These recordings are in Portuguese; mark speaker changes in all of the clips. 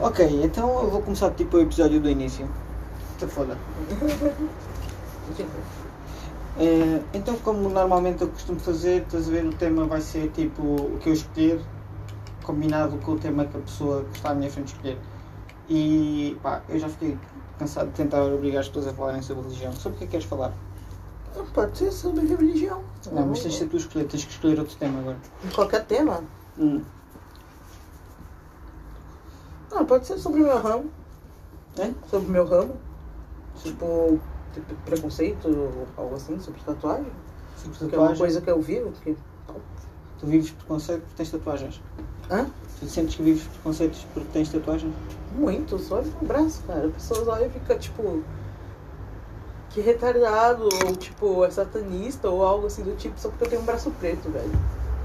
Speaker 1: Ok, então eu vou começar tipo o episódio do início. Tá foda. Eh, então, como normalmente eu costumo fazer, estás a ver, o tema vai ser tipo o que eu escolher, combinado com o tema que a pessoa que está à minha frente escolher. E pá, eu já fiquei cansado de tentar obrigar as pessoas a falarem sobre religião. Sobre o que é que queres falar?
Speaker 2: Não pode ser sobre religião.
Speaker 1: Não, mas tens de ser tu a escolher, tens que escolher outro tema agora.
Speaker 2: Qualquer tema.
Speaker 1: Hum.
Speaker 2: Não, pode ser sobre o meu ramo. né?
Speaker 1: É?
Speaker 2: Sobre o meu ramo.
Speaker 1: Sim.
Speaker 2: Tipo, tipo, preconceito ou algo assim, sobre tatuagem.
Speaker 1: Sobre
Speaker 2: Que é uma
Speaker 1: tatuagens.
Speaker 2: coisa que eu vivo. Que...
Speaker 1: Tu vives preconceito porque tens tatuagens.
Speaker 2: Hã?
Speaker 1: Tu sentes que vives preconceitos porque tens tatuagens?
Speaker 2: Muito, só olha pro braço, cara. As pessoas olham e ficam tipo. Que retardado, ou tipo, é satanista, ou algo assim do tipo, só porque eu tenho um braço preto, velho.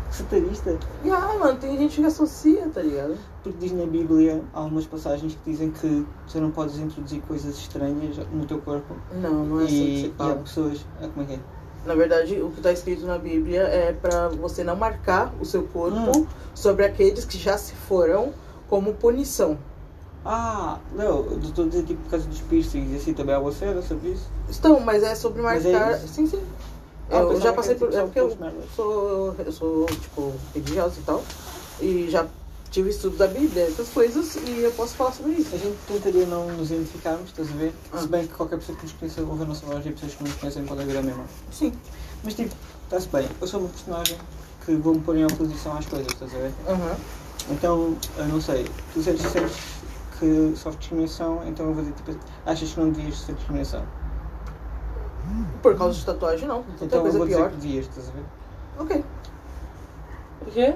Speaker 1: Satanista?
Speaker 2: E ah, mano, tem gente que associa, tá ligado?
Speaker 1: Porque diz na Bíblia há algumas passagens que dizem que tu não podes introduzir coisas estranhas no teu corpo.
Speaker 2: Não, não é assim que
Speaker 1: e,
Speaker 2: se
Speaker 1: e há
Speaker 2: fala.
Speaker 1: pessoas. Ah, como é que é?
Speaker 2: Na verdade, o que tá escrito na Bíblia é pra você não marcar o seu corpo
Speaker 1: Hum.
Speaker 2: sobre aqueles que já se foram como punição.
Speaker 1: Ah, não, eu estou a dizer tipo por causa dos piercings e assim também há você, era sobre isso?
Speaker 2: Então, mas é sobre
Speaker 1: Mas é
Speaker 2: marcar.
Speaker 1: isso?
Speaker 2: sim, sim.
Speaker 1: Ah,
Speaker 2: eu
Speaker 1: pensava
Speaker 2: já
Speaker 1: que
Speaker 2: passei
Speaker 1: era, tipo,
Speaker 2: por.
Speaker 1: só
Speaker 2: É porque eu
Speaker 1: pelas merdas.
Speaker 2: sou, eu sou, tipo, religiosa e tal. E já tive estudo da Bíblia, essas coisas, e eu posso falar sobre isso.
Speaker 1: A gente tentaria não nos identificarmos, estás a ver?
Speaker 2: Ah.
Speaker 1: Se bem que qualquer pessoa que nos conheça ouve a nossa voz e pessoas que não nos conhecem podem ver a mesma.
Speaker 2: Sim.
Speaker 1: Mas tipo, está-se bem, eu sou uma personagem que vou-me pôr em oposição às coisas, estás a ver?
Speaker 2: Aham.
Speaker 1: Então, eu não sei, tu sentes, sentes que sofres discriminação, então eu vou dizer tipo, achas que não devias ser discriminação?
Speaker 2: Por causa de tatuagem, não. Tem
Speaker 1: Então eu
Speaker 2: coisa
Speaker 1: vou
Speaker 2: pior.
Speaker 1: dizer que devias, estás a ver?
Speaker 2: Ok. O quê?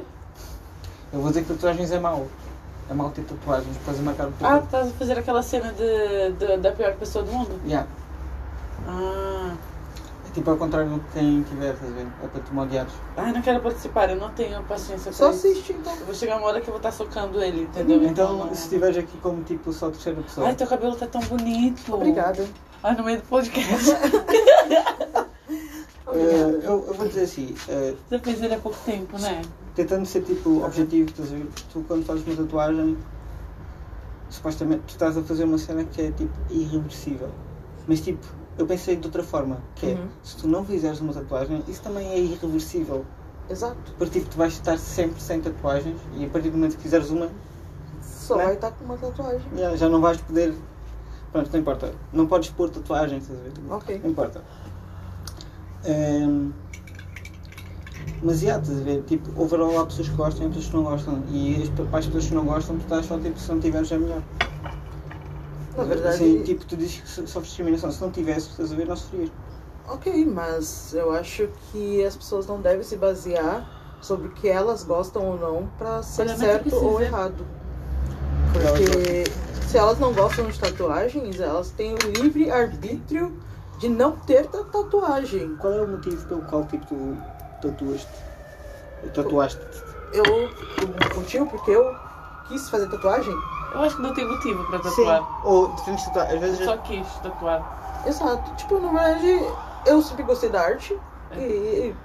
Speaker 1: Eu vou dizer que tatuagens é mau. É mau ter tatuagens, estás a marcar o teu
Speaker 3: Ah,
Speaker 1: corpo.
Speaker 3: tu estás a fazer aquela cena de, de- da pior pessoa do mundo?
Speaker 1: Yeah.
Speaker 3: Ah,
Speaker 1: É tipo ao contrário do que quem tiver, estás a ver? É para tu me odiares.
Speaker 3: ai, não quero participar, eu não tenho paciência pra
Speaker 1: É
Speaker 2: Só
Speaker 3: isso.
Speaker 2: assiste, então.
Speaker 3: Eu vou chegar uma hora que eu vou estar socando ele, entendeu?
Speaker 1: Então,
Speaker 3: não.
Speaker 1: se estiveres aqui como tipo só terceira
Speaker 2: Ah,
Speaker 1: pessoa.
Speaker 2: então,
Speaker 3: Ai, teu cabelo tá tão bonito.
Speaker 2: Obrigada.
Speaker 1: é,
Speaker 3: Ai, no meio do podcast.
Speaker 1: eh,
Speaker 2: Obrigada.
Speaker 1: eu, eu vou dizer assim, eh,
Speaker 3: Você fez ele há pouco tempo, né?
Speaker 1: tentando ser tipo objetivo, estás a ver? Tu quando fazes uma tatuagem, supostamente tu estás a fazer uma cena que é tipo irreversível. Mas tipo, eu pensei de outra forma, que é,
Speaker 2: Uhum.
Speaker 1: se tu não fizeres uma tatuagem, isso também é irreversível.
Speaker 2: Exato.
Speaker 1: Porque tipo, tu vais estar sempre sem tatuagens e a partir do momento que fizeres uma,
Speaker 2: Só
Speaker 1: Né?
Speaker 2: vai estar com uma tatuagem.
Speaker 1: já, já não vais poder. Pronto, não importa. Não podes pôr tatuagens, estás a ver?
Speaker 2: Ok.
Speaker 1: Não importa. Ehm, mas já, estás a ver? Tipo, overall há pessoas que gostam e pessoas que não gostam. E as, para as pessoas que não gostam, tu estás só tipo, se não tiveres é melhor.
Speaker 2: Na verdade.
Speaker 3: é-
Speaker 1: Sim, tipo, tu dizes que so- sofres discriminação. Se não tivesse, estás a ver, não sofrias.
Speaker 2: Ok, mas eu acho que as pessoas não devem se basear sobre o que elas gostam ou não pra ser
Speaker 3: Olha, mas
Speaker 2: certo
Speaker 3: tu precisa.
Speaker 2: ou errado.
Speaker 1: Porque elas
Speaker 2: Porque se elas não gostam de tatuagens, elas têm o livre arbítrio de não ter ta- tatuagem.
Speaker 1: Qual é o motivo pelo qual tipo, tu tatuaste? Tatuaste-te?
Speaker 2: Eu o motivo porque eu quis fazer tatuagem?
Speaker 3: Eu acho que não tem motivo pra tatuar.
Speaker 1: Ou diferentes tatuagens. Às
Speaker 3: Eu
Speaker 1: vezes
Speaker 3: só quis tatuar.
Speaker 2: Exato. Tipo, na verdade, eu sempre gostei da arte
Speaker 3: É.
Speaker 2: e, e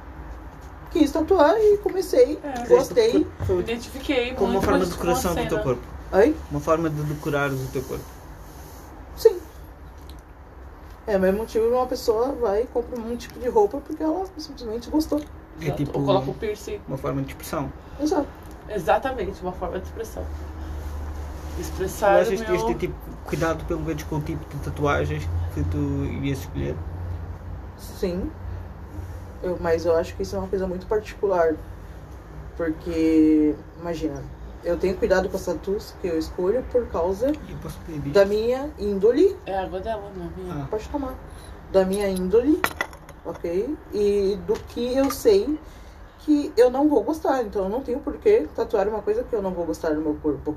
Speaker 2: quis tatuar e comecei,
Speaker 3: É.
Speaker 2: gostei.
Speaker 3: Me identifiquei
Speaker 1: Como uma
Speaker 3: muito
Speaker 1: forma
Speaker 3: mas
Speaker 1: de decoração
Speaker 3: com a
Speaker 1: do teu
Speaker 3: cena.
Speaker 1: corpo.
Speaker 2: Aí,
Speaker 1: Uma forma de decorar o teu corpo.
Speaker 2: Sim. É o mesmo motivo que uma pessoa vai e compra um tipo de roupa porque ela simplesmente gostou.
Speaker 1: É
Speaker 3: Exato.
Speaker 1: tipo-
Speaker 3: Ou coloca o piercing.
Speaker 1: Uma forma de expressão.
Speaker 2: Exato.
Speaker 3: Exatamente, uma forma de expressão.
Speaker 1: Tu
Speaker 3: Expressar o
Speaker 1: achas que
Speaker 3: meu...
Speaker 1: devias ter tipo, cuidado pelo menos com o tipo de tatuagens que tu irias escolher?
Speaker 2: Sim. Eu, mas eu acho que isso é uma coisa muito particular. Porque, imagina, eu tenho cuidado com as tatuas que eu escolho por causa
Speaker 1: E eu posso pedir isto?
Speaker 2: da minha índole.
Speaker 3: É a água dela, não é minha.
Speaker 1: Ah,
Speaker 2: Pode tomar. Da minha índole, ok? E do que eu sei que eu não vou gostar. Então eu não tenho por que tatuar uma coisa que eu não vou gostar no meu corpo.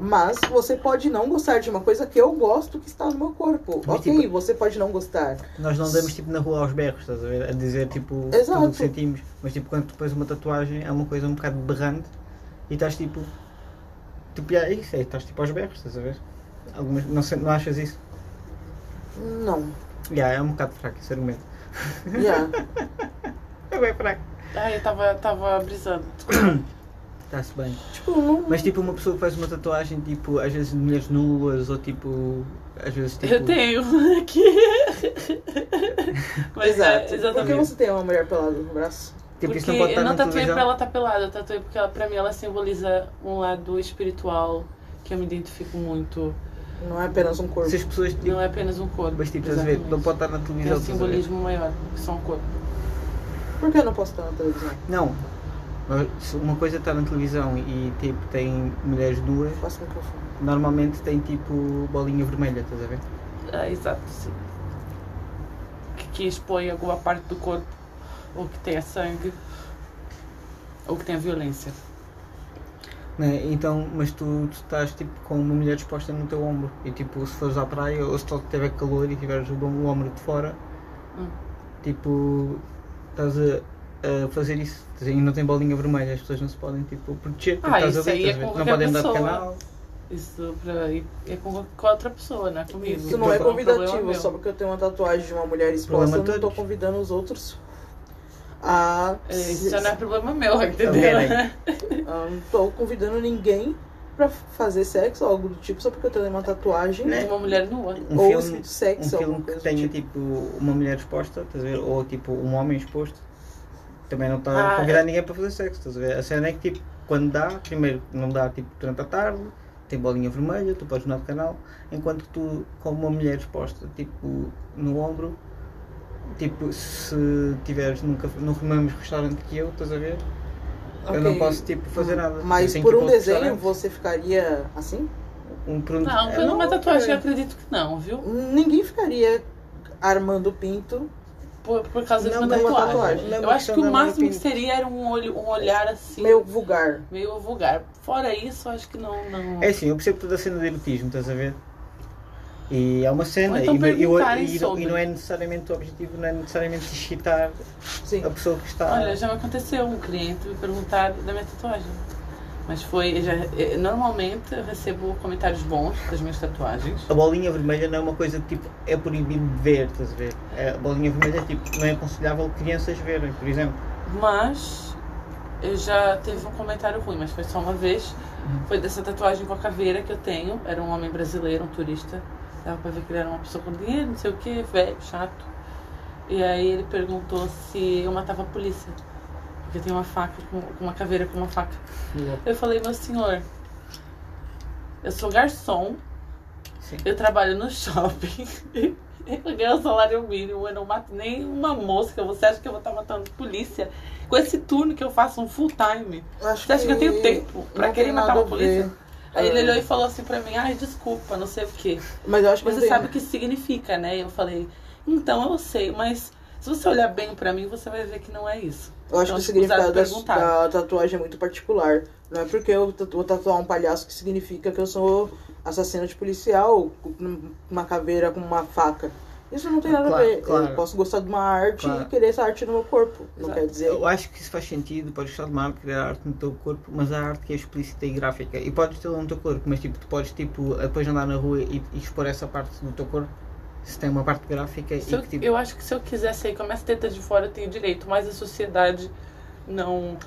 Speaker 2: Mas você pode não gostar de uma coisa que eu gosto que está no meu corpo.
Speaker 1: Mas,
Speaker 2: ok,
Speaker 1: tipo-
Speaker 2: você pode não gostar.
Speaker 1: Nós não damos tipo na rua aos berros, estás a ver? A dizer tipo
Speaker 2: Exato.
Speaker 1: tudo o que sentimos. Mas tipo quando tu pões uma tatuagem é uma coisa um bocado berrante e estás tipo. Tipo, é isso, é, estás tipo aos berros, estás a ver? Algumas, não, sei- não achas isso?
Speaker 2: Não.
Speaker 1: Yeah, é um bocado fraco esse argumento.
Speaker 2: Yeah.
Speaker 1: É bem fraco.
Speaker 3: Ah, eu tava, tava brisando.
Speaker 1: está-se bem.
Speaker 2: Tipo, não.
Speaker 1: Mas tipo uma pessoa que faz uma tatuagem, tipo, às vezes de mulheres nuas ou tipo. Às vezes tipo.
Speaker 3: Eu tenho um aqui. Mas,
Speaker 2: Exato.
Speaker 3: é,
Speaker 2: Por que
Speaker 3: exatamente.
Speaker 2: você tem uma mulher pelada no braço?
Speaker 1: Tipo,
Speaker 3: porque
Speaker 1: isso não pode estar
Speaker 3: eu não
Speaker 1: na
Speaker 3: tatuei
Speaker 1: televisão.
Speaker 3: pra ela estar pelada, eu tatuei porque ela, pra mim ela simboliza um lado espiritual que eu me identifico muito.
Speaker 2: Não é apenas um corpo.
Speaker 1: Se as pessoas tipo,
Speaker 3: Não é apenas um corpo.
Speaker 1: Mas tipo, estás a ver? Não
Speaker 3: Exatamente.
Speaker 1: pode estar na
Speaker 3: Tem
Speaker 1: televisão.
Speaker 3: um
Speaker 1: estás a ver?
Speaker 3: simbolismo maior, que só um corpo.
Speaker 2: Por que eu não posso estar na televisão?
Speaker 1: Não. Mas se Uma coisa está na televisão e tipo tem mulheres nuas,
Speaker 2: Passa o microfone.
Speaker 1: normalmente tem tipo bolinha vermelha, estás a ver?
Speaker 3: É, exato, sim. Que, que expõe alguma parte do corpo, ou que tenha sangue, ou que tenha violência.
Speaker 1: Né? Então, mas tu, tu estás tipo com uma mulher disposta no teu ombro e tipo se fores à praia ou se tu tiver calor e tiveres o, bom- o ombro de fora,
Speaker 3: Hum.
Speaker 1: tipo estás a, a fazer isso e não tem bolinha vermelha, as pessoas não se podem tipo proteger, porque
Speaker 3: Ah,
Speaker 1: estás
Speaker 3: isso
Speaker 1: ali,
Speaker 3: aí é
Speaker 1: estás a ver?
Speaker 3: com
Speaker 1: não
Speaker 3: qualquer
Speaker 1: podem mudar de
Speaker 3: pessoa.
Speaker 1: canal.
Speaker 3: Isso pra, é com, com outra pessoa, não é comigo.
Speaker 2: Isso não é
Speaker 1: Então,
Speaker 2: convidativo,
Speaker 3: problema
Speaker 2: só porque eu tenho uma tatuagem de uma mulher exposta,
Speaker 1: Problema
Speaker 2: eu não tô
Speaker 1: todos.
Speaker 2: convidando os outros a.
Speaker 3: meu. É, Isso já não é problema meu, entendeu?
Speaker 1: Também.
Speaker 2: Eu não tô convidando ninguém pra fazer sexo ou algo do tipo, só porque eu tenho uma tatuagem.
Speaker 1: Né?
Speaker 3: Uma mulher nua.
Speaker 1: Um
Speaker 2: ou
Speaker 1: filme-
Speaker 2: escrito
Speaker 1: um
Speaker 2: sexo, alguma
Speaker 1: filme que
Speaker 2: coisa. do
Speaker 1: tenha
Speaker 2: tipo.
Speaker 1: tipo uma mulher exposta, estás a ver? Ou tipo um homem exposto, também não está
Speaker 3: Ah,
Speaker 1: a
Speaker 2: é.
Speaker 1: convidar ninguém para fazer sexo, estás a ver? A cena é que tipo, quando dá, primeiro não dá tipo durante a tarde, tem bolinha vermelha, tu podes mudar de canal, enquanto tu com uma mulher exposta, tipo no ombro, tipo se tiveres nunca no mesmo restaurante que eu, estás a ver? Eu não
Speaker 2: Ok.
Speaker 1: posso tipo fazer nada.
Speaker 2: Mas
Speaker 1: Assim que
Speaker 2: por
Speaker 1: eu
Speaker 2: um
Speaker 1: vou ao
Speaker 2: desenho
Speaker 1: restaurante,
Speaker 2: você ficaria assim?
Speaker 1: um por um-
Speaker 3: Não,
Speaker 1: É,
Speaker 3: pela uma tatuagem
Speaker 1: é.
Speaker 3: eu acredito que não, viu?
Speaker 2: Ninguém ficaria armando o pinto.
Speaker 3: Por, por causa de
Speaker 1: Não, não
Speaker 3: uma
Speaker 1: é uma
Speaker 3: tatuagem.
Speaker 1: tatuagem, não é
Speaker 3: Eu
Speaker 1: uma
Speaker 3: acho
Speaker 1: questão
Speaker 3: que
Speaker 1: da
Speaker 3: o máximo que
Speaker 1: opinião.
Speaker 3: seria era um, olho, um olhar assim,
Speaker 2: Meio vulgar.
Speaker 3: meio vulgar. Fora isso, eu acho que não. não...
Speaker 1: É assim, eu percebo toda a cena de erotismo, estás a ver? E há uma cena,
Speaker 3: Ou então
Speaker 1: e, não- é- e o-
Speaker 3: perguntarem
Speaker 1: e não- e não
Speaker 3: sobre.
Speaker 1: é necessariamente o objetivo, não é necessariamente excitar
Speaker 2: Sim.
Speaker 1: a pessoa que está.
Speaker 3: Olha, já me aconteceu um cliente me perguntar da minha tatuagem. Mas foi. Já, eh, normalmente eu recebo comentários bons das minhas tatuagens.
Speaker 1: A bolinha vermelha não é uma coisa que tipo, é proibido de ver, estás a ver? É, A bolinha vermelha tipo, não é aconselhável crianças verem, por exemplo.
Speaker 3: Mas eu já teve um comentário ruim, mas foi só uma vez. Foi dessa tatuagem com a caveira que eu tenho. Era um homem brasileiro, um turista. Dava pra ver que ele era uma pessoa com dinheiro, não sei o que, velho, chato. E aí ele perguntou se eu matava a polícia. Porque eu tenho uma faca, com com uma caveira com uma faca. Eu falei, meu senhor, eu sou garçom,
Speaker 1: Sim.
Speaker 3: eu trabalho no shopping, eu ganho um salário mínimo, eu não mato nem uma mosca. Você acha que eu vou estar matando polícia? Com esse turno que eu faço um full time,
Speaker 2: Acho
Speaker 3: você acha que eu tenho tempo pra
Speaker 2: não
Speaker 3: querer
Speaker 2: tem
Speaker 3: matar
Speaker 2: nada
Speaker 3: uma
Speaker 2: a ver.
Speaker 3: polícia? Aí ele
Speaker 2: Ah.
Speaker 3: olhou e falou assim pra mim, ai, desculpa, não sei o quê.
Speaker 2: Mas eu acho que não
Speaker 3: Você
Speaker 2: tem-
Speaker 3: sabe o que significa, né? Eu falei, então eu sei, mas se você olhar bem pra mim, você vai ver que não é isso.
Speaker 2: Eu acho que o
Speaker 3: Então, escusado
Speaker 2: significado da,
Speaker 3: perguntar.
Speaker 2: da tatuagem é muito particular. Não é porque eu tatu- vou tatuar um palhaço que significa que eu sou assassino de policial, com uma caveira com uma faca. Isso não tem nada
Speaker 1: Claro,
Speaker 2: a ver.
Speaker 1: claro.
Speaker 2: Eu posso gostar de uma arte
Speaker 1: Claro.
Speaker 2: e querer essa arte no meu corpo. Não
Speaker 3: Exato.
Speaker 2: quer dizer.
Speaker 1: Eu acho que isso faz sentido, podes estar de uma arte, criar arte no teu corpo, mas há arte que é explícita e gráfica. E podes tê-la no teu corpo, mas tipo, tu podes tipo, depois andar na rua e, e expor essa parte do teu corpo, se tem uma parte gráfica
Speaker 3: Se
Speaker 1: e
Speaker 3: eu,
Speaker 1: que tipo.
Speaker 3: eu acho que se eu quiser sair com as minhas tetas de fora, eu tenho direito, mas a sociedade não,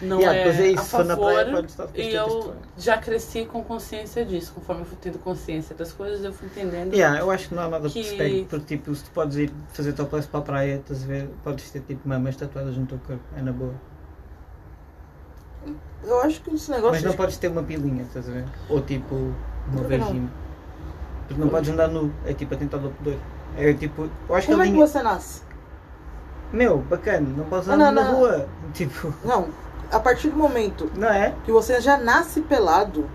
Speaker 3: não
Speaker 1: Yeah,
Speaker 3: é,
Speaker 1: pois é isso,
Speaker 3: a
Speaker 1: se for
Speaker 3: favor.
Speaker 1: na praia, pode estar com as
Speaker 3: e
Speaker 2: é
Speaker 1: tetas de
Speaker 3: eu
Speaker 1: fora.
Speaker 3: já cresci com consciência disso. Conforme eu fui tendo consciência das coisas, eu fui entendendo.
Speaker 1: Yeah, eu acho que não há nada
Speaker 3: Que-
Speaker 1: que se pegue, porque tipo, se tu podes ir fazer topless para a praia, estás a ver, podes ter tipo mamas tatuadas no teu corpo, é na boa.
Speaker 2: Eu acho que esse negócio.
Speaker 1: Mas não
Speaker 2: de-
Speaker 1: podes ter uma pilinha, estás a ver? Ou tipo uma
Speaker 2: Por que não?
Speaker 1: vagina. Porque não podes andar nu, é tipo atentado ao pudor. É tipo, eu acho que
Speaker 2: Como
Speaker 1: a
Speaker 2: é que
Speaker 1: linha.
Speaker 2: você nasce?
Speaker 1: Meu, bacana, não podes
Speaker 2: Não,
Speaker 1: andar
Speaker 2: não,
Speaker 1: na
Speaker 2: não.
Speaker 1: rua. Tipo,
Speaker 2: Não. A partir do momento
Speaker 1: não é?
Speaker 2: que você já nasce pelado,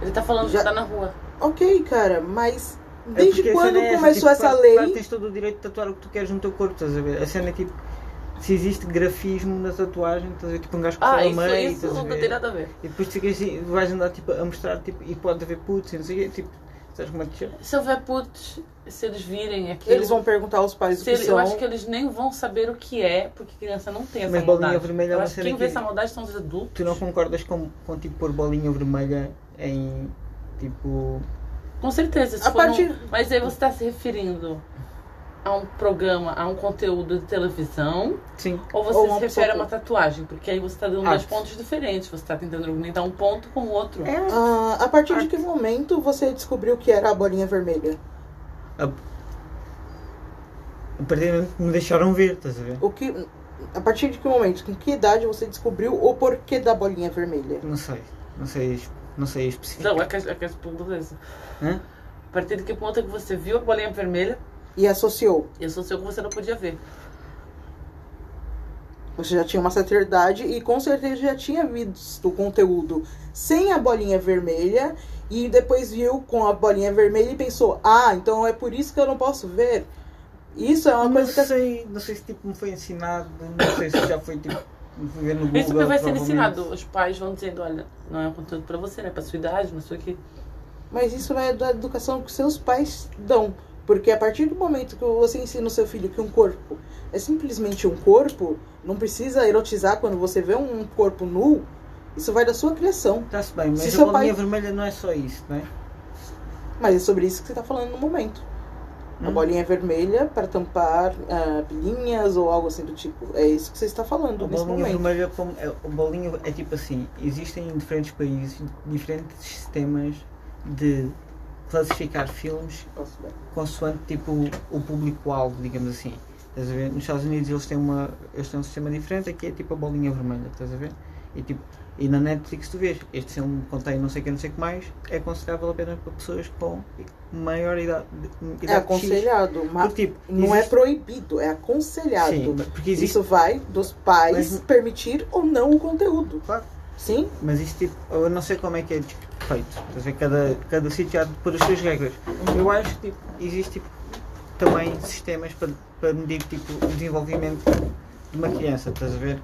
Speaker 3: Ele tá falando
Speaker 2: Já-
Speaker 3: que tá na rua.
Speaker 2: ok, cara, mas desde
Speaker 1: porque a
Speaker 2: quando
Speaker 1: cena é essa,
Speaker 2: começou
Speaker 1: tipo,
Speaker 2: essa
Speaker 1: claro-
Speaker 2: lei?
Speaker 1: Claro, tens todo o direito de tatuar o que tu queres no teu corpo, estás a ver? A cena é tipo, se existe grafismo na tatuagem, estás a ver? Tipo um gajo que
Speaker 3: Ah,
Speaker 1: fala
Speaker 3: isso,
Speaker 1: meio,
Speaker 3: isso
Speaker 1: estás a
Speaker 3: não
Speaker 1: ver?
Speaker 3: tem nada a ver.
Speaker 1: E depois tu queres, ir- vais andar tipo, a mostrar tipo, e pode haver putos e não sei o quê. Tipo, sabes como é que chama?
Speaker 3: Se houver putos, se eles virem aqui.
Speaker 2: Eles vão perguntar aos pais o
Speaker 3: Se
Speaker 2: que
Speaker 3: ele- eu
Speaker 2: são.
Speaker 3: acho que eles nem vão saber o que é, porque criança não tem essa
Speaker 1: Mas bolinha
Speaker 3: maldade.
Speaker 1: vermelha é
Speaker 3: eu
Speaker 1: uma
Speaker 3: acho que
Speaker 1: cena
Speaker 3: quem vê
Speaker 1: que-
Speaker 3: essa maldade são os adultos.
Speaker 1: Tu não concordas com, com tipo pôr bolinha vermelha em tipo.
Speaker 3: Com certeza, se
Speaker 2: A
Speaker 3: for um-
Speaker 2: partir-
Speaker 3: Mas aí você está se tá referindo a um programa, a um conteúdo de televisão,
Speaker 1: Sim.
Speaker 3: ou você
Speaker 2: Ou uma
Speaker 3: se refere a
Speaker 2: pessoa-
Speaker 3: uma tatuagem? Porque aí você tá dando dois
Speaker 1: Arte.
Speaker 3: pontos diferentes, você tá tentando argumentar um ponto com o outro.
Speaker 1: É.
Speaker 2: Ah, a partir de que momento você descobriu que era a bolinha vermelha?
Speaker 1: A partir do momento que me deixaram ver, estás a ver?
Speaker 2: O que, a partir de que momento, com que idade você descobriu o porquê da bolinha vermelha?
Speaker 1: Não sei. Não sei, es- não sei especificar.
Speaker 3: Não, é que é que é beleza.
Speaker 1: Hã?
Speaker 3: A partir de que ponto é que você viu a bolinha vermelha
Speaker 2: E associou?
Speaker 3: e associou que você não podia ver?
Speaker 2: Você já tinha uma certa idade e com certeza já tinha visto o conteúdo sem a bolinha vermelha e depois viu com a bolinha vermelha e pensou: "Ah, então é por isso que eu não posso ver". Isso é uma
Speaker 1: Não
Speaker 2: coisa que
Speaker 1: sei, não sei se tipo me foi ensinado, não sei se já foi tipo me fui ver no Google.
Speaker 3: Isso também vai ser
Speaker 1: provavelmente.
Speaker 3: ensinado. Os pais vão dizendo, olha, não é um conteúdo pra você, não é pra sua idade, não sei o que.
Speaker 2: Mas isso é da educação que seus pais dão. Porque a partir do momento que você ensina o seu filho que um corpo é simplesmente um corpo, não precisa erotizar quando você vê um corpo nu, isso vai da sua criação.
Speaker 1: Está-se bem, mas
Speaker 2: Se
Speaker 1: a
Speaker 2: seu
Speaker 1: bolinha
Speaker 2: pai-
Speaker 1: vermelha não é só isso, não é?
Speaker 2: Mas é sobre isso que você está falando no momento. A
Speaker 1: Hum.
Speaker 2: bolinha vermelha para tampar ah, pilinhas ou algo assim do tipo. É isso que você está falando
Speaker 1: A
Speaker 2: nesse
Speaker 1: bolinha
Speaker 2: momento.
Speaker 1: vermelha como- é, a bolinha é tipo assim, existem em diferentes países diferentes sistemas de classificar filmes
Speaker 2: Posso ver?
Speaker 1: consoante tipo o público-alvo, digamos assim. Estás a ver? Nos Estados Unidos eles têm, uma, eles têm um sistema diferente, aqui é tipo a bolinha vermelha, estás a ver? E, tipo, e na Netflix tu vês, este filme contém não sei o que, não sei o que mais, é aconselhável apenas para pessoas com maior idade. idade
Speaker 2: É aconselhado,
Speaker 1: X.
Speaker 2: mas
Speaker 1: Porque, tipo,
Speaker 2: não é
Speaker 1: existe-
Speaker 2: proibido, é aconselhado.
Speaker 1: Sim, mas- porque existe
Speaker 2: Isso vai dos pais
Speaker 1: Mas-
Speaker 2: permitir ou não o conteúdo.
Speaker 1: Claro.
Speaker 2: Sim?
Speaker 1: Mas isto tipo, eu não sei como é que é feito. Quer dizer, cada, cada sítio há de pôr as suas regras. Eu acho que tipo, existe tipo, também sistemas para, para medir tipo, o desenvolvimento de uma criança, estás a ver?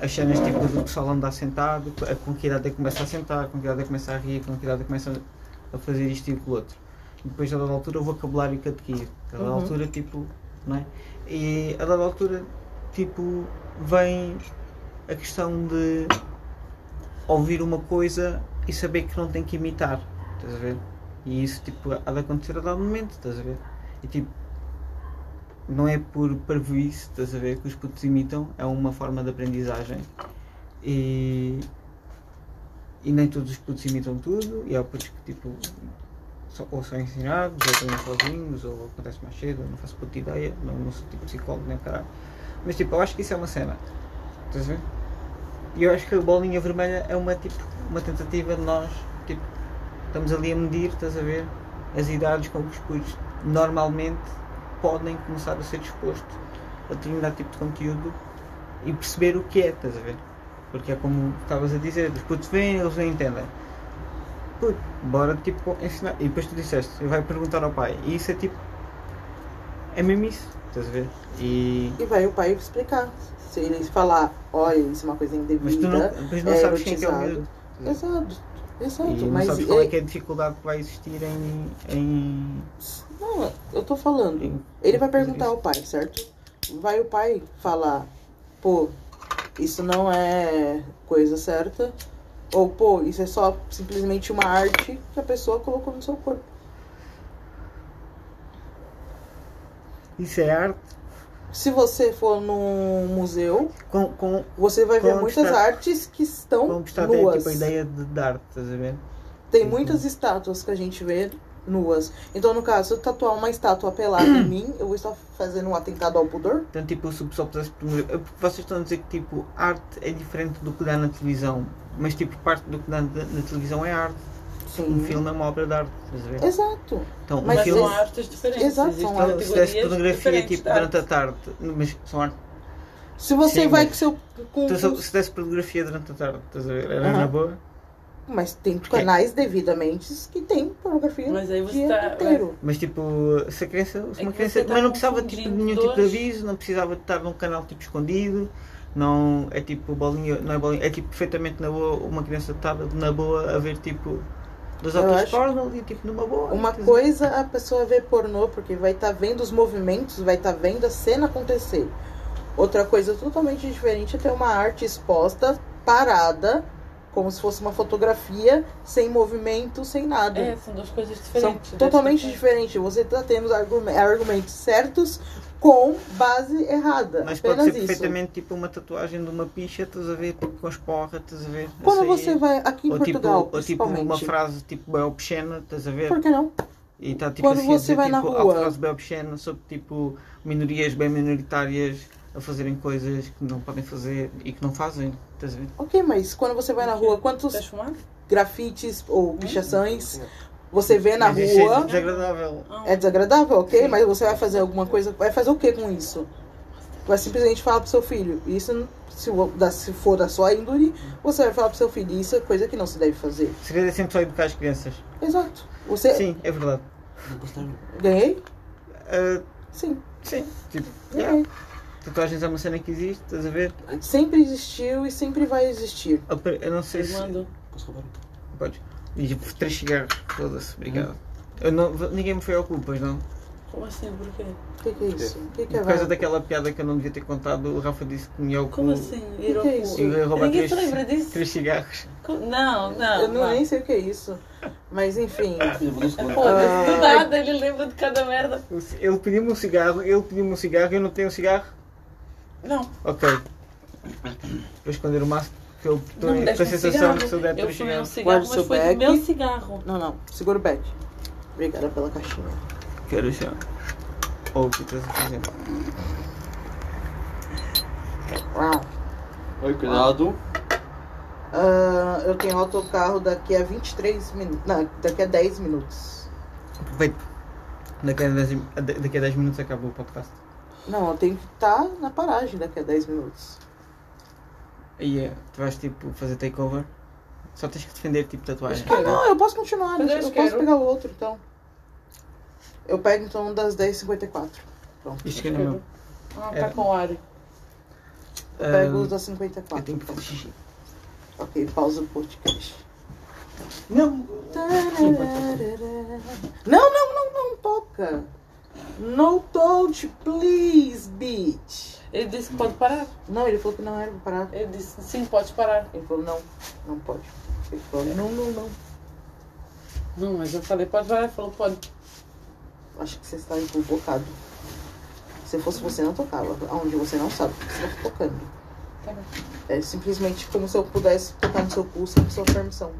Speaker 1: As cenas tipo do pessoal andar sentado, a- com que idade é que começa a sentar, com que idade é que começa a rir, com que idade é que começa a fazer isto e aquilo outro. E depois a dada altura o vocabulário que adquire. A dada
Speaker 2: Uhum.
Speaker 1: altura tipo. Não é? E a dada altura tipo vem a questão de ouvir uma coisa e saber que não tem que imitar, estás a ver? E isso tipo há de acontecer a dado momento, estás a ver? E tipo, não é por parvoíce, estás a ver, que os putos imitam, é uma forma de aprendizagem. E, e nem todos os putos imitam tudo, e há putos que tipo só- ou são ensinados, ou estão sozinhos, ou acontece mais cedo, eu não faço puta ideia, não, não sou tipo psicólogo nem o caralho. Mas tipo, eu acho que isso é uma cena. Estás a ver? E eu acho que a bolinha vermelha é uma tipo uma tentativa de nós, tipo, estamos ali a medir, estás a ver, as idades com que os putos normalmente podem começar a ser disposto a determinado tipo de conteúdo e perceber o que é, estás a ver? Porque é como estavas a dizer, os putos vêm, eles não entendem. Puto, bora tipo ensinar. E depois tu disseste, vai perguntar ao pai. E isso é tipo. É mesmo isso, estás a ver? E.
Speaker 2: E vai o pai explicar. Se ele falar, olha, isso é uma coisa
Speaker 1: Mas tu
Speaker 2: indevida.
Speaker 1: não, depois não
Speaker 2: é
Speaker 1: sabes quem é que é o
Speaker 2: erotizado.
Speaker 1: miúdo.
Speaker 2: Exato,
Speaker 1: E
Speaker 2: exato.
Speaker 1: não
Speaker 2: mas
Speaker 1: sabes qual é
Speaker 2: ele-
Speaker 1: que é a dificuldade que vai existir em. em,
Speaker 2: Não, eu tô falando.
Speaker 1: em-
Speaker 2: Ele vai perguntar ao pai, certo? Vai o pai falar, pô, isso não é coisa certa. Ou, pô, isso é só simplesmente uma arte que a pessoa colocou no seu corpo.
Speaker 1: Isso é arte.
Speaker 2: Se você for num museu,
Speaker 1: Com, com,
Speaker 2: você vai ver
Speaker 1: Como tá?
Speaker 2: muitas
Speaker 1: está-
Speaker 2: artes que estão
Speaker 1: com está até
Speaker 2: nuas.
Speaker 1: tipo a ideia de de arte, estás a ver?
Speaker 3: Uhum.
Speaker 2: Tem muitas estátuas que a gente vê nuas. Então, no caso, se eu tatuar uma estátua pelada em mim, eu vou estar fazendo um atentado ao pudor?
Speaker 1: Então, tipo, se o pessoal pudesse promover. é porque Vocês estão a dizer que, tipo, arte é diferente do que dá na televisão. Mas, tipo, parte do que dá na, na televisão é arte.
Speaker 2: Sim.
Speaker 1: Um filme é uma obra de arte, estás a ver?
Speaker 2: Exato.
Speaker 1: Então, um
Speaker 2: Mas
Speaker 3: Mas
Speaker 1: filme.
Speaker 3: são artes diferentes.
Speaker 2: Exato,
Speaker 3: existem
Speaker 2: são
Speaker 1: Então,
Speaker 2: artes.
Speaker 1: se desse
Speaker 3: categorias
Speaker 1: pornografia,
Speaker 3: diferentes
Speaker 1: tipo,
Speaker 3: de arte.
Speaker 1: durante a tarde. Mas são arte.
Speaker 2: Se você
Speaker 1: Sim,
Speaker 2: vai
Speaker 1: mas-
Speaker 2: com seu. Com,
Speaker 1: Então, se- se desse pornografia durante a tarde, estás a ver? Era
Speaker 2: Aham.
Speaker 1: na boa.
Speaker 2: Mas tem canais devidamente que tem pornografia
Speaker 3: Mas aí
Speaker 2: o
Speaker 3: você
Speaker 2: dia
Speaker 3: tá-
Speaker 2: inteiro.
Speaker 1: Mas tipo, se a criança. Se
Speaker 3: É
Speaker 1: uma
Speaker 3: que
Speaker 1: criança
Speaker 3: você tá
Speaker 1: mas não precisava tipo, de nenhum tipo de
Speaker 3: confundindo
Speaker 1: aviso, não precisava de estar num canal tipo escondido, não é tipo bolinha, não é bolinha, é tipo perfeitamente na boa uma criança estar na boa a ver tipo dos
Speaker 2: Eu
Speaker 1: outros
Speaker 2: acho-
Speaker 1: porno ali tipo numa boa.
Speaker 2: Uma
Speaker 1: estás a-
Speaker 2: coisa a pessoa vê pornô, porque vai estar vendo os movimentos, vai estar vendo a cena acontecer. Outra coisa totalmente diferente é ter uma arte exposta, parada, Como se fosse uma fotografia sem movimento, sem nada.
Speaker 3: É, são duas coisas
Speaker 2: São
Speaker 3: diferentes.
Speaker 2: totalmente diferentes. Você tá tendo argum- argumentos certos com base errada.
Speaker 1: Mas pode
Speaker 2: Apenas
Speaker 1: ser
Speaker 2: isso.
Speaker 1: perfeitamente tipo uma tatuagem de uma picha, estás a ver, tipo com as porras, estás a ver. a
Speaker 2: Quando
Speaker 1: sair.
Speaker 2: você vai aqui
Speaker 1: assim,
Speaker 2: em
Speaker 1: ou tipo,
Speaker 2: Portugal,
Speaker 1: ou tipo
Speaker 2: principalmente.
Speaker 1: uma frase tipo bem obscena, estás a ver?
Speaker 2: Por que não?
Speaker 1: E está tipo
Speaker 2: Quando
Speaker 1: assim a
Speaker 2: você
Speaker 1: dizer,
Speaker 2: vai na
Speaker 1: tipo,
Speaker 2: rua.
Speaker 1: há frase bem obscena sobre tipo minorias bem minoritárias a fazerem coisas que não podem fazer e que não fazem, estás a ver?
Speaker 2: Ok, mas quando você vai na rua, quantos
Speaker 3: Quer fumar?
Speaker 2: grafites ou pichações você vê na
Speaker 1: Mas isso é
Speaker 2: rua?
Speaker 1: desagradável.
Speaker 3: Ah,
Speaker 2: É desagradável, ok? Mas você vai fazer alguma coisa. Vai fazer o que com isso? Vai simplesmente falar pro seu filho. Isso, se o- da- se for da sua índole, você vai falar pro seu filho. Isso é coisa que não se deve fazer.
Speaker 1: Seria é sempre só educar as crianças.
Speaker 2: Exato. Você.
Speaker 1: Sim, é verdade.
Speaker 4: Não gostaram?
Speaker 2: Ganhei?
Speaker 1: Ah,
Speaker 2: Sim.
Speaker 1: sim, tipo, yeah.
Speaker 2: Ganhei.
Speaker 1: tatuagens é uma cena que existe, estás a ver?
Speaker 2: É. Sempre existiu e sempre vai existir.
Speaker 1: A per- Eu não sei
Speaker 3: eu
Speaker 1: se.
Speaker 3: mando.
Speaker 4: Posso roubar?
Speaker 1: um? Podes. E três cigarros, foda-se, obrigado.
Speaker 2: Hum.
Speaker 1: Eu não, ninguém me foi ao cu, pois não?
Speaker 2: Tá
Speaker 3: Como assim? Por quê?
Speaker 2: O que, que é isso? O que, que é
Speaker 1: Por causa
Speaker 2: vai?
Speaker 1: daquela piada que eu não devia ter contado, o Rafa disse que me ia ao cu.
Speaker 3: Como assim? Ir ao
Speaker 2: que é
Speaker 3: cu?
Speaker 2: isso?
Speaker 1: E eu ia roubar
Speaker 3: Ninguém
Speaker 1: três,
Speaker 3: se lembra disso?
Speaker 1: três cigarros.
Speaker 3: Co- Não, não.
Speaker 2: Eu não,
Speaker 3: não.
Speaker 2: nem sei o que é isso. Mas enfim.
Speaker 4: Eu vou no segundo.
Speaker 3: Foda-se, do
Speaker 2: Ah.
Speaker 3: nada ele lembra de cada merda.
Speaker 1: Ele pediu-me um cigarro, ele pediu-me um cigarro, eu não tenho um cigarro.
Speaker 3: Não,
Speaker 1: Ok. Vou esconder o máximo que eu estou
Speaker 3: não me
Speaker 1: com
Speaker 3: deste
Speaker 1: a
Speaker 3: um
Speaker 1: sensação
Speaker 3: cigarro.
Speaker 1: que se eu der
Speaker 3: Eu
Speaker 1: três
Speaker 3: fumei um
Speaker 1: cigarros.
Speaker 3: cigarro,
Speaker 2: Guarda o
Speaker 3: mas
Speaker 2: seu
Speaker 3: foi do
Speaker 2: beck.
Speaker 3: meu cigarro.
Speaker 2: Não, não. Segura o back. Obrigada pela caixinha.
Speaker 1: Quero já. Ou o que estás a fazer?
Speaker 2: Uau.
Speaker 4: Oi, cuidado.
Speaker 2: Ah, eu tenho autocarro daqui a 23 minutos. Não, daqui a 10 minutos.
Speaker 1: Aproveito. Daqui a 10, daqui a 10 minutos acabou o podcast.
Speaker 2: Não, eu tenho que estar na paragem daqui a 10 minutos.
Speaker 1: E eh, tu vais tipo fazer takeover? Só tens que defender tipo tatuagem.
Speaker 2: Ah, não, eu posso continuar.
Speaker 3: Tá Mas
Speaker 2: Eu,
Speaker 3: eu
Speaker 2: eu
Speaker 3: quero.
Speaker 2: posso pegar o outro, então. Eu pego, então, das 10h54. Pronto.
Speaker 1: Isto que não é meu.
Speaker 3: Ah,
Speaker 1: É.
Speaker 3: tá com o ar.
Speaker 2: Eu pego
Speaker 1: Ah,
Speaker 2: os das
Speaker 1: Eu
Speaker 2: 54.
Speaker 1: tenho que fazer xixi.
Speaker 2: Ok, pausa o podcast.
Speaker 1: Não!
Speaker 2: Não, não, não, não toca. No touch, please, bitch.
Speaker 3: Ele disse que pode parar.
Speaker 2: Não, ele falou que não era pra parar.
Speaker 3: Ele disse, sim, pode parar.
Speaker 2: Ele falou, não, não pode. Ele falou, não, não, não.
Speaker 3: Não, mas eu falei, pode parar. Ele falou, pode.
Speaker 2: Acho que você está equivocado. Se fosse você, não tocava. Onde você não sabe o que você está tocando.
Speaker 3: Tá bom.
Speaker 2: É simplesmente como se eu pudesse tocar no seu cu sem sua permissão.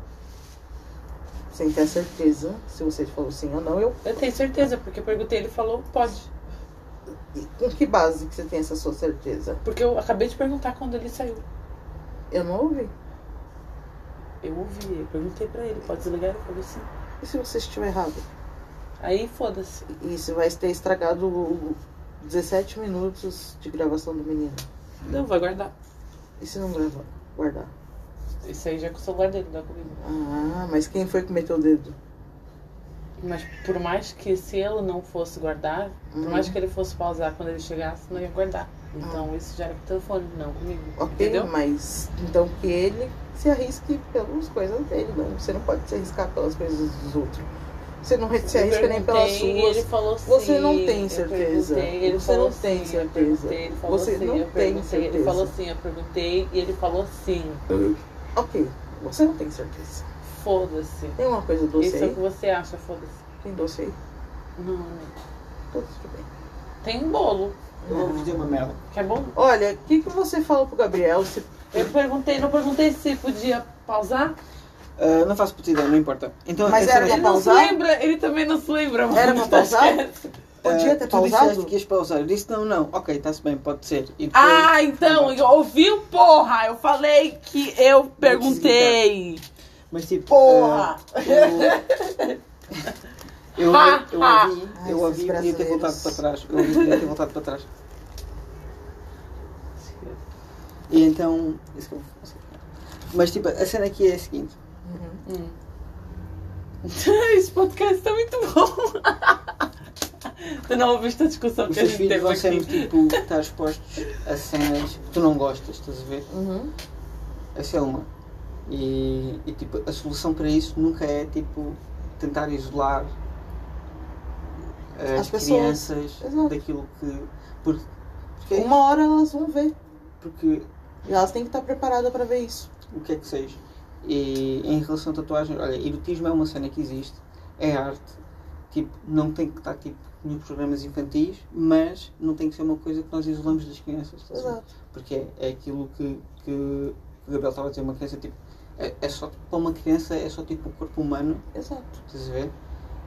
Speaker 2: Sem ter a certeza se você falou sim ou não. Eu,
Speaker 3: Eu tenho certeza, porque eu perguntei, ele falou, pode.
Speaker 2: e com que base que você tem essa sua certeza?
Speaker 3: Porque eu acabei de perguntar quando ele saiu.
Speaker 2: Eu não ouvi.
Speaker 3: Eu ouvi, eu perguntei pra ele, pode desligar? Ele falou sim.
Speaker 2: E se você estiver errado?
Speaker 3: Aí, foda-se.
Speaker 2: E isso vai ter estragado o- 17 minutos de gravação do menino.
Speaker 3: Não, vai guardar.
Speaker 2: E se não gravar? Guardar.
Speaker 3: Isso aí já é com o celular dele, não é comigo.
Speaker 2: Ah, mas quem foi que meteu o dedo?
Speaker 3: Mas por mais que se ele não fosse guardar, por
Speaker 2: Uhum.
Speaker 3: mais que ele fosse pausar quando ele chegasse, não ia guardar. Então isso já era com o telefone, não comigo.
Speaker 2: Ok,
Speaker 3: Entendeu?
Speaker 2: mas então que ele se arrisque pelas coisas dele. Não, você não pode se arriscar pelas coisas dos outros. Você não se
Speaker 3: Eu
Speaker 2: arrisca nem pelas
Speaker 3: perguntei, e Ele
Speaker 2: suas.
Speaker 3: falou
Speaker 2: Você
Speaker 3: sim.
Speaker 2: não tem
Speaker 3: Eu
Speaker 2: certeza.
Speaker 3: perguntei, ele
Speaker 2: Você
Speaker 3: falou
Speaker 2: não tem
Speaker 3: sim, eu
Speaker 2: certeza.
Speaker 3: perguntei, Ele falou
Speaker 2: Você
Speaker 3: sim,
Speaker 2: não
Speaker 3: eu
Speaker 2: tem
Speaker 3: perguntei, Ele
Speaker 2: certeza.
Speaker 3: falou sim, eu perguntei e ele falou assim, sim.
Speaker 2: Ok, você não tem certeza.
Speaker 3: Foda-se.
Speaker 2: Tem uma coisa doce
Speaker 3: Isso é o
Speaker 2: aí?
Speaker 3: que você acha, foda-se.
Speaker 2: Tem doce aí?
Speaker 3: Não, não.
Speaker 2: Tudo tudo bem.
Speaker 3: Tem um bolo.
Speaker 5: Eu vou dizer uma merda.
Speaker 3: Quer bolo?
Speaker 2: Olha, o que, que você falou pro Gabriel? Se...
Speaker 3: Eu perguntei, não perguntei se podia pausar.
Speaker 5: Ah, não faço puta ideia, não importa. Então,
Speaker 2: Mas
Speaker 5: a cena
Speaker 2: era
Speaker 5: é-
Speaker 2: pra
Speaker 3: Ele não
Speaker 2: pausar?
Speaker 3: se lembra, ele também não se lembra. mano.
Speaker 2: Era pra pausar?
Speaker 3: Esquece.
Speaker 2: tá É, Podia
Speaker 5: Ah,
Speaker 2: ter
Speaker 5: tu
Speaker 2: pausado?
Speaker 5: disseste que ias pausar. Eu disse não, não. Ok, está-se bem, pode ser. E depois-
Speaker 3: Ah, então,
Speaker 2: Tá
Speaker 3: eu ouviu, porra? Eu falei que eu
Speaker 2: É.
Speaker 3: perguntei.
Speaker 5: Mas tipo.
Speaker 3: Porra!
Speaker 5: ah, eu, eu, eu ouvi, eu
Speaker 2: Ai, Ah, esses
Speaker 5: ouvi e podia ter
Speaker 2: brasileiros.
Speaker 5: voltado para trás. Eu ouvi e podia ter voltado para trás. E então. Isso que eu vou fazer. Mas tipo, a cena aqui é a seguinte.
Speaker 2: Uhum.
Speaker 3: Hum. Esse podcast tá muito bom. tu não ouviste a discussão
Speaker 5: Os
Speaker 3: que a
Speaker 5: teus
Speaker 3: gente
Speaker 5: filhos
Speaker 3: teve
Speaker 5: vão
Speaker 1: é
Speaker 3: aqui?
Speaker 5: sempre tipo, estar expostos a cenas que tu não gostas, estás a ver?
Speaker 2: Uhum.
Speaker 5: Essa é uma. E, e, tipo, a solução para isso nunca é tipo tentar isolar as,
Speaker 1: eh,
Speaker 2: As pessoas.
Speaker 5: crianças
Speaker 2: Exato.
Speaker 5: daquilo que. Porque, porque, é isso.
Speaker 2: Uma hora elas vão ver.
Speaker 5: porque
Speaker 2: E elas têm que estar preparadas pra ver isso.
Speaker 5: o que é que seja?
Speaker 1: E em relação a tatuagens, olha, erotismo é uma cena que existe, é arte, tipo, não tem que estar tipo, nos programas infantis, mas não tem que ser uma coisa que nós isolamos das crianças, estás a ver?
Speaker 2: Exato.
Speaker 1: porque é, é aquilo que, que o Gabriel estava a dizer, uma criança tipo, é, é só para uma criança é só tipo o corpo humano,
Speaker 2: Exato.
Speaker 1: estás a ver?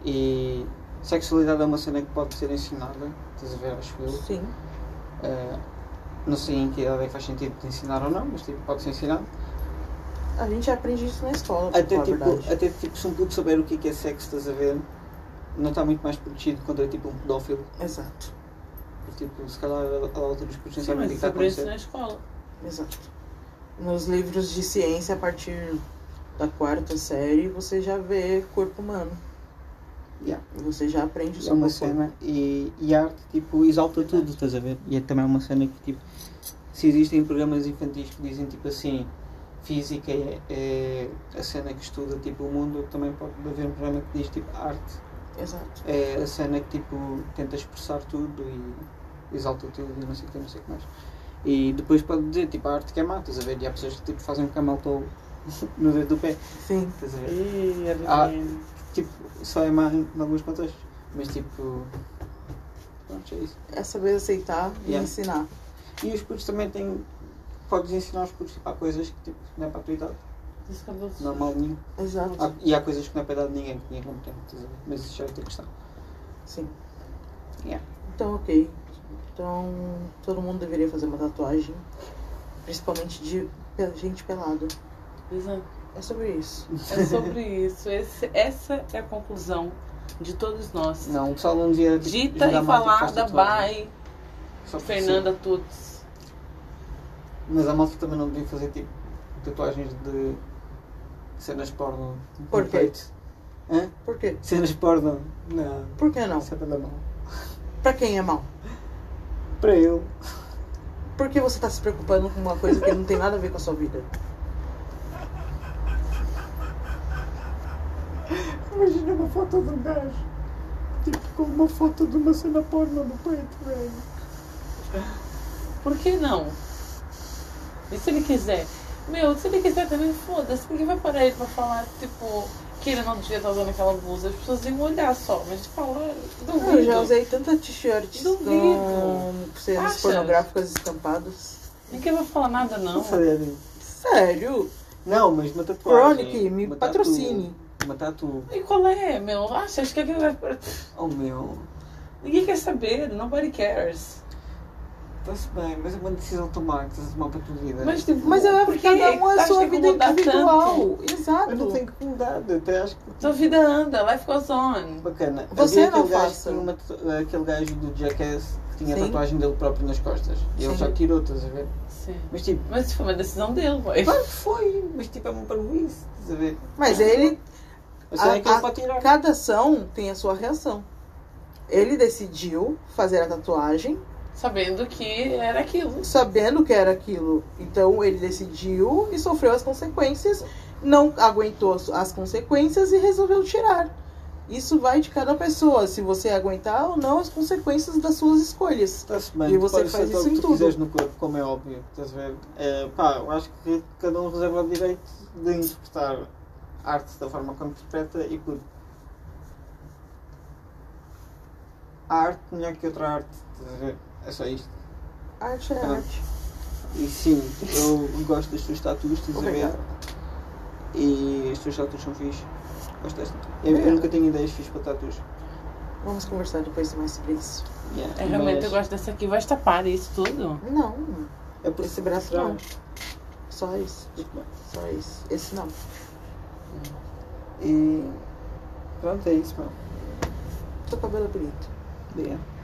Speaker 1: E sexualidade é uma cena que pode ser ensinada, estás a ver, acho eu.
Speaker 2: Sim.
Speaker 1: Eh, não sei em que idade é que faz sentido de ensinar ou não, mas tipo, pode ser ensinado.
Speaker 2: A gente aprende isso na escola.
Speaker 1: Até
Speaker 2: na
Speaker 1: tipo,
Speaker 2: verdade.
Speaker 1: até tipo, se um puto saber o que é que é sexo, estás a ver, não está muito mais protegido contra tipo um pedófilo.
Speaker 2: Exato.
Speaker 1: Tipo, se calhar a altura dos putos nem
Speaker 3: Sim,
Speaker 1: sabem o
Speaker 3: mas
Speaker 1: que é que está a
Speaker 3: sobre isso
Speaker 1: acontecer.
Speaker 3: na escola.
Speaker 2: Exato. Nos livros de ciência, a partir da quarta série, você já vê corpo humano.
Speaker 1: Yeah.
Speaker 2: Você já aprende
Speaker 1: É
Speaker 2: sobre
Speaker 1: uma
Speaker 2: o corpo.
Speaker 1: cena e, e a arte tipo, exalta tudo, estás a ver? E é também uma cena que tipo, se existem programas infantis que dizem tipo assim, física é, é a cena que estuda tipo, o mundo, também pode haver um programa que diz tipo arte
Speaker 2: Exato.
Speaker 1: é a cena que tipo tenta expressar tudo e exalta tudo e não sei o que, não sei o que mais. E depois pode dizer tipo a arte que é má, estás a ver? E há pessoas que tipo fazem um camel toe no dedo do pé,
Speaker 2: Sim.
Speaker 1: estás a ver?
Speaker 3: Ih, é
Speaker 1: Ah.
Speaker 3: bem-
Speaker 1: Tipo, só é má em alguns contextos, mas tipo. Pronto, é isso.
Speaker 2: É saber aceitar e
Speaker 1: Yeah.
Speaker 2: ensinar.
Speaker 1: E os putos também têm. Podes ensinar os putos tipo, há coisas que tipo, não é para a tua idade,
Speaker 3: Esse cabelo
Speaker 1: não é mal nenhum.
Speaker 2: Exato.
Speaker 1: Há- e há coisas que não é para a idade de ninguém, que ninguém compreende, estás a ver? Mas isso já é outra questão.
Speaker 2: Sim.
Speaker 3: É.
Speaker 1: Yeah.
Speaker 2: Então, ok. Então, todo mundo deveria fazer uma tatuagem. Principalmente de pe- gente pelada.
Speaker 3: Exato.
Speaker 2: É sobre isso.
Speaker 3: É sobre isso. Esse- essa é a conclusão de todos nós.
Speaker 1: Não, o pessoal não devia. tipo,
Speaker 3: Dita
Speaker 1: julgar
Speaker 3: e
Speaker 1: malta que faz
Speaker 3: falada
Speaker 1: tatuagem.
Speaker 3: by
Speaker 1: Só porque sim.
Speaker 3: Fernanda Tuts.
Speaker 1: Mas a malta também não devia fazer tipo tatuagens de cenas porno no
Speaker 2: Por quê?
Speaker 1: peito. Hã?
Speaker 2: Por quê?
Speaker 1: Cenas porno? Não.
Speaker 2: Por que não?
Speaker 1: Isso é para mal.
Speaker 2: Pra quem é mal?
Speaker 1: Para eu.
Speaker 2: Por que você tá se preocupando com uma coisa que não tem nada a ver com a sua vida?
Speaker 1: Imagina uma foto de um gajo. Tipo com uma foto de uma cena porno no peito, velho.
Speaker 3: Por que não? E se ele quiser? Meu, se ele quiser também, foda-se. Ninguém vai parar ele pra falar, tipo, que ele não devia estar usando aquela blusa. As pessoas iam olhar só, mas falar, duvido.
Speaker 2: Eu já usei tanta t-shirt com
Speaker 3: Duvido.
Speaker 2: cenas
Speaker 3: Achas?
Speaker 2: pornográficas estampadas.
Speaker 3: Ninguém vai falar nada, não.
Speaker 1: Não é sério.
Speaker 2: Sério?
Speaker 1: Não, mas uma tatuagem.
Speaker 2: Chronic, me
Speaker 1: uma tatu-
Speaker 2: patrocine.
Speaker 1: Uma tatu.
Speaker 3: E qual é, meu? Achas que aquilo vai...
Speaker 1: Oh meu.
Speaker 3: Ninguém quer saber, nobody cares.
Speaker 1: Está-se bem, mas é uma decisão tomar, que estás a tomar para a tua vida.
Speaker 3: Mas, tipo,
Speaker 2: Mas é porque cada um é a
Speaker 3: acho
Speaker 2: sua
Speaker 3: que tem que
Speaker 2: vida
Speaker 3: mudar
Speaker 2: individual.
Speaker 3: tanto?
Speaker 2: Exato.
Speaker 1: eu não tenho que mudar, até acho que
Speaker 3: Sua vida anda, life goes on.
Speaker 1: Bacana.
Speaker 2: Você
Speaker 1: Havia
Speaker 2: não
Speaker 1: aquele gajo
Speaker 2: faça.
Speaker 1: que tinha uma tatu- aquele gajo do Jackass que tinha
Speaker 2: Sim.
Speaker 1: a tatuagem dele próprio nas costas. E ele
Speaker 2: Sim.
Speaker 1: já tirou, estás a ver?
Speaker 3: Sim.
Speaker 1: Mas tipo,
Speaker 3: Mas isso foi uma decisão dele, boy.
Speaker 1: claro que foi, mas tipo, é um parvoíce, estás a ver?
Speaker 2: Mas ele,
Speaker 1: Eu sei
Speaker 2: A-
Speaker 1: é que ele
Speaker 2: a-
Speaker 1: pode tirar.
Speaker 2: cada ação tem a sua reação. Ele decidiu fazer a tatuagem
Speaker 3: Sabendo que era aquilo.
Speaker 2: sabendo que era aquilo. Então ele decidiu e sofreu as consequências, não aguentou as- as consequências e resolveu tirar. Isso vai de cada pessoa, se você aguentar ou não as consequências das suas escolhas.
Speaker 1: Está-se bem,
Speaker 2: E
Speaker 1: tu
Speaker 2: você
Speaker 1: podes
Speaker 2: faz
Speaker 1: tatuar
Speaker 2: isso
Speaker 1: o que tu
Speaker 2: em tudo.
Speaker 1: quiseres no corpo, como é óbvio, estás a ver? É, pá, eu acho que cada um reserva o direito de interpretar a arte da forma como interpreta e por. A arte melhor que outra arte, estás a ver? É só isto.
Speaker 2: Arte é
Speaker 1: Ah.
Speaker 2: arte.
Speaker 1: E sim, eu gosto das tuas tatuas, estás a ver?
Speaker 2: Obrigada.
Speaker 1: E as tuas tatuas são fixe. Gosto desta. Eu, eu nunca tenho ideias fixe para tatuas.
Speaker 2: É, Vamos conversar depois mais sobre isso.
Speaker 1: Yeah,
Speaker 3: É, realmente
Speaker 1: mas
Speaker 3: eu gosto dessa aqui. Vai tapar isso tudo?
Speaker 2: Não,
Speaker 1: É por
Speaker 2: esse braço
Speaker 1: trás.
Speaker 2: não. Só isso,
Speaker 1: Muito bem.
Speaker 2: só isso. Esse não.
Speaker 1: E. Pronto, é isso, mano.
Speaker 2: Seu cabelo é bonito.
Speaker 1: Obrigado.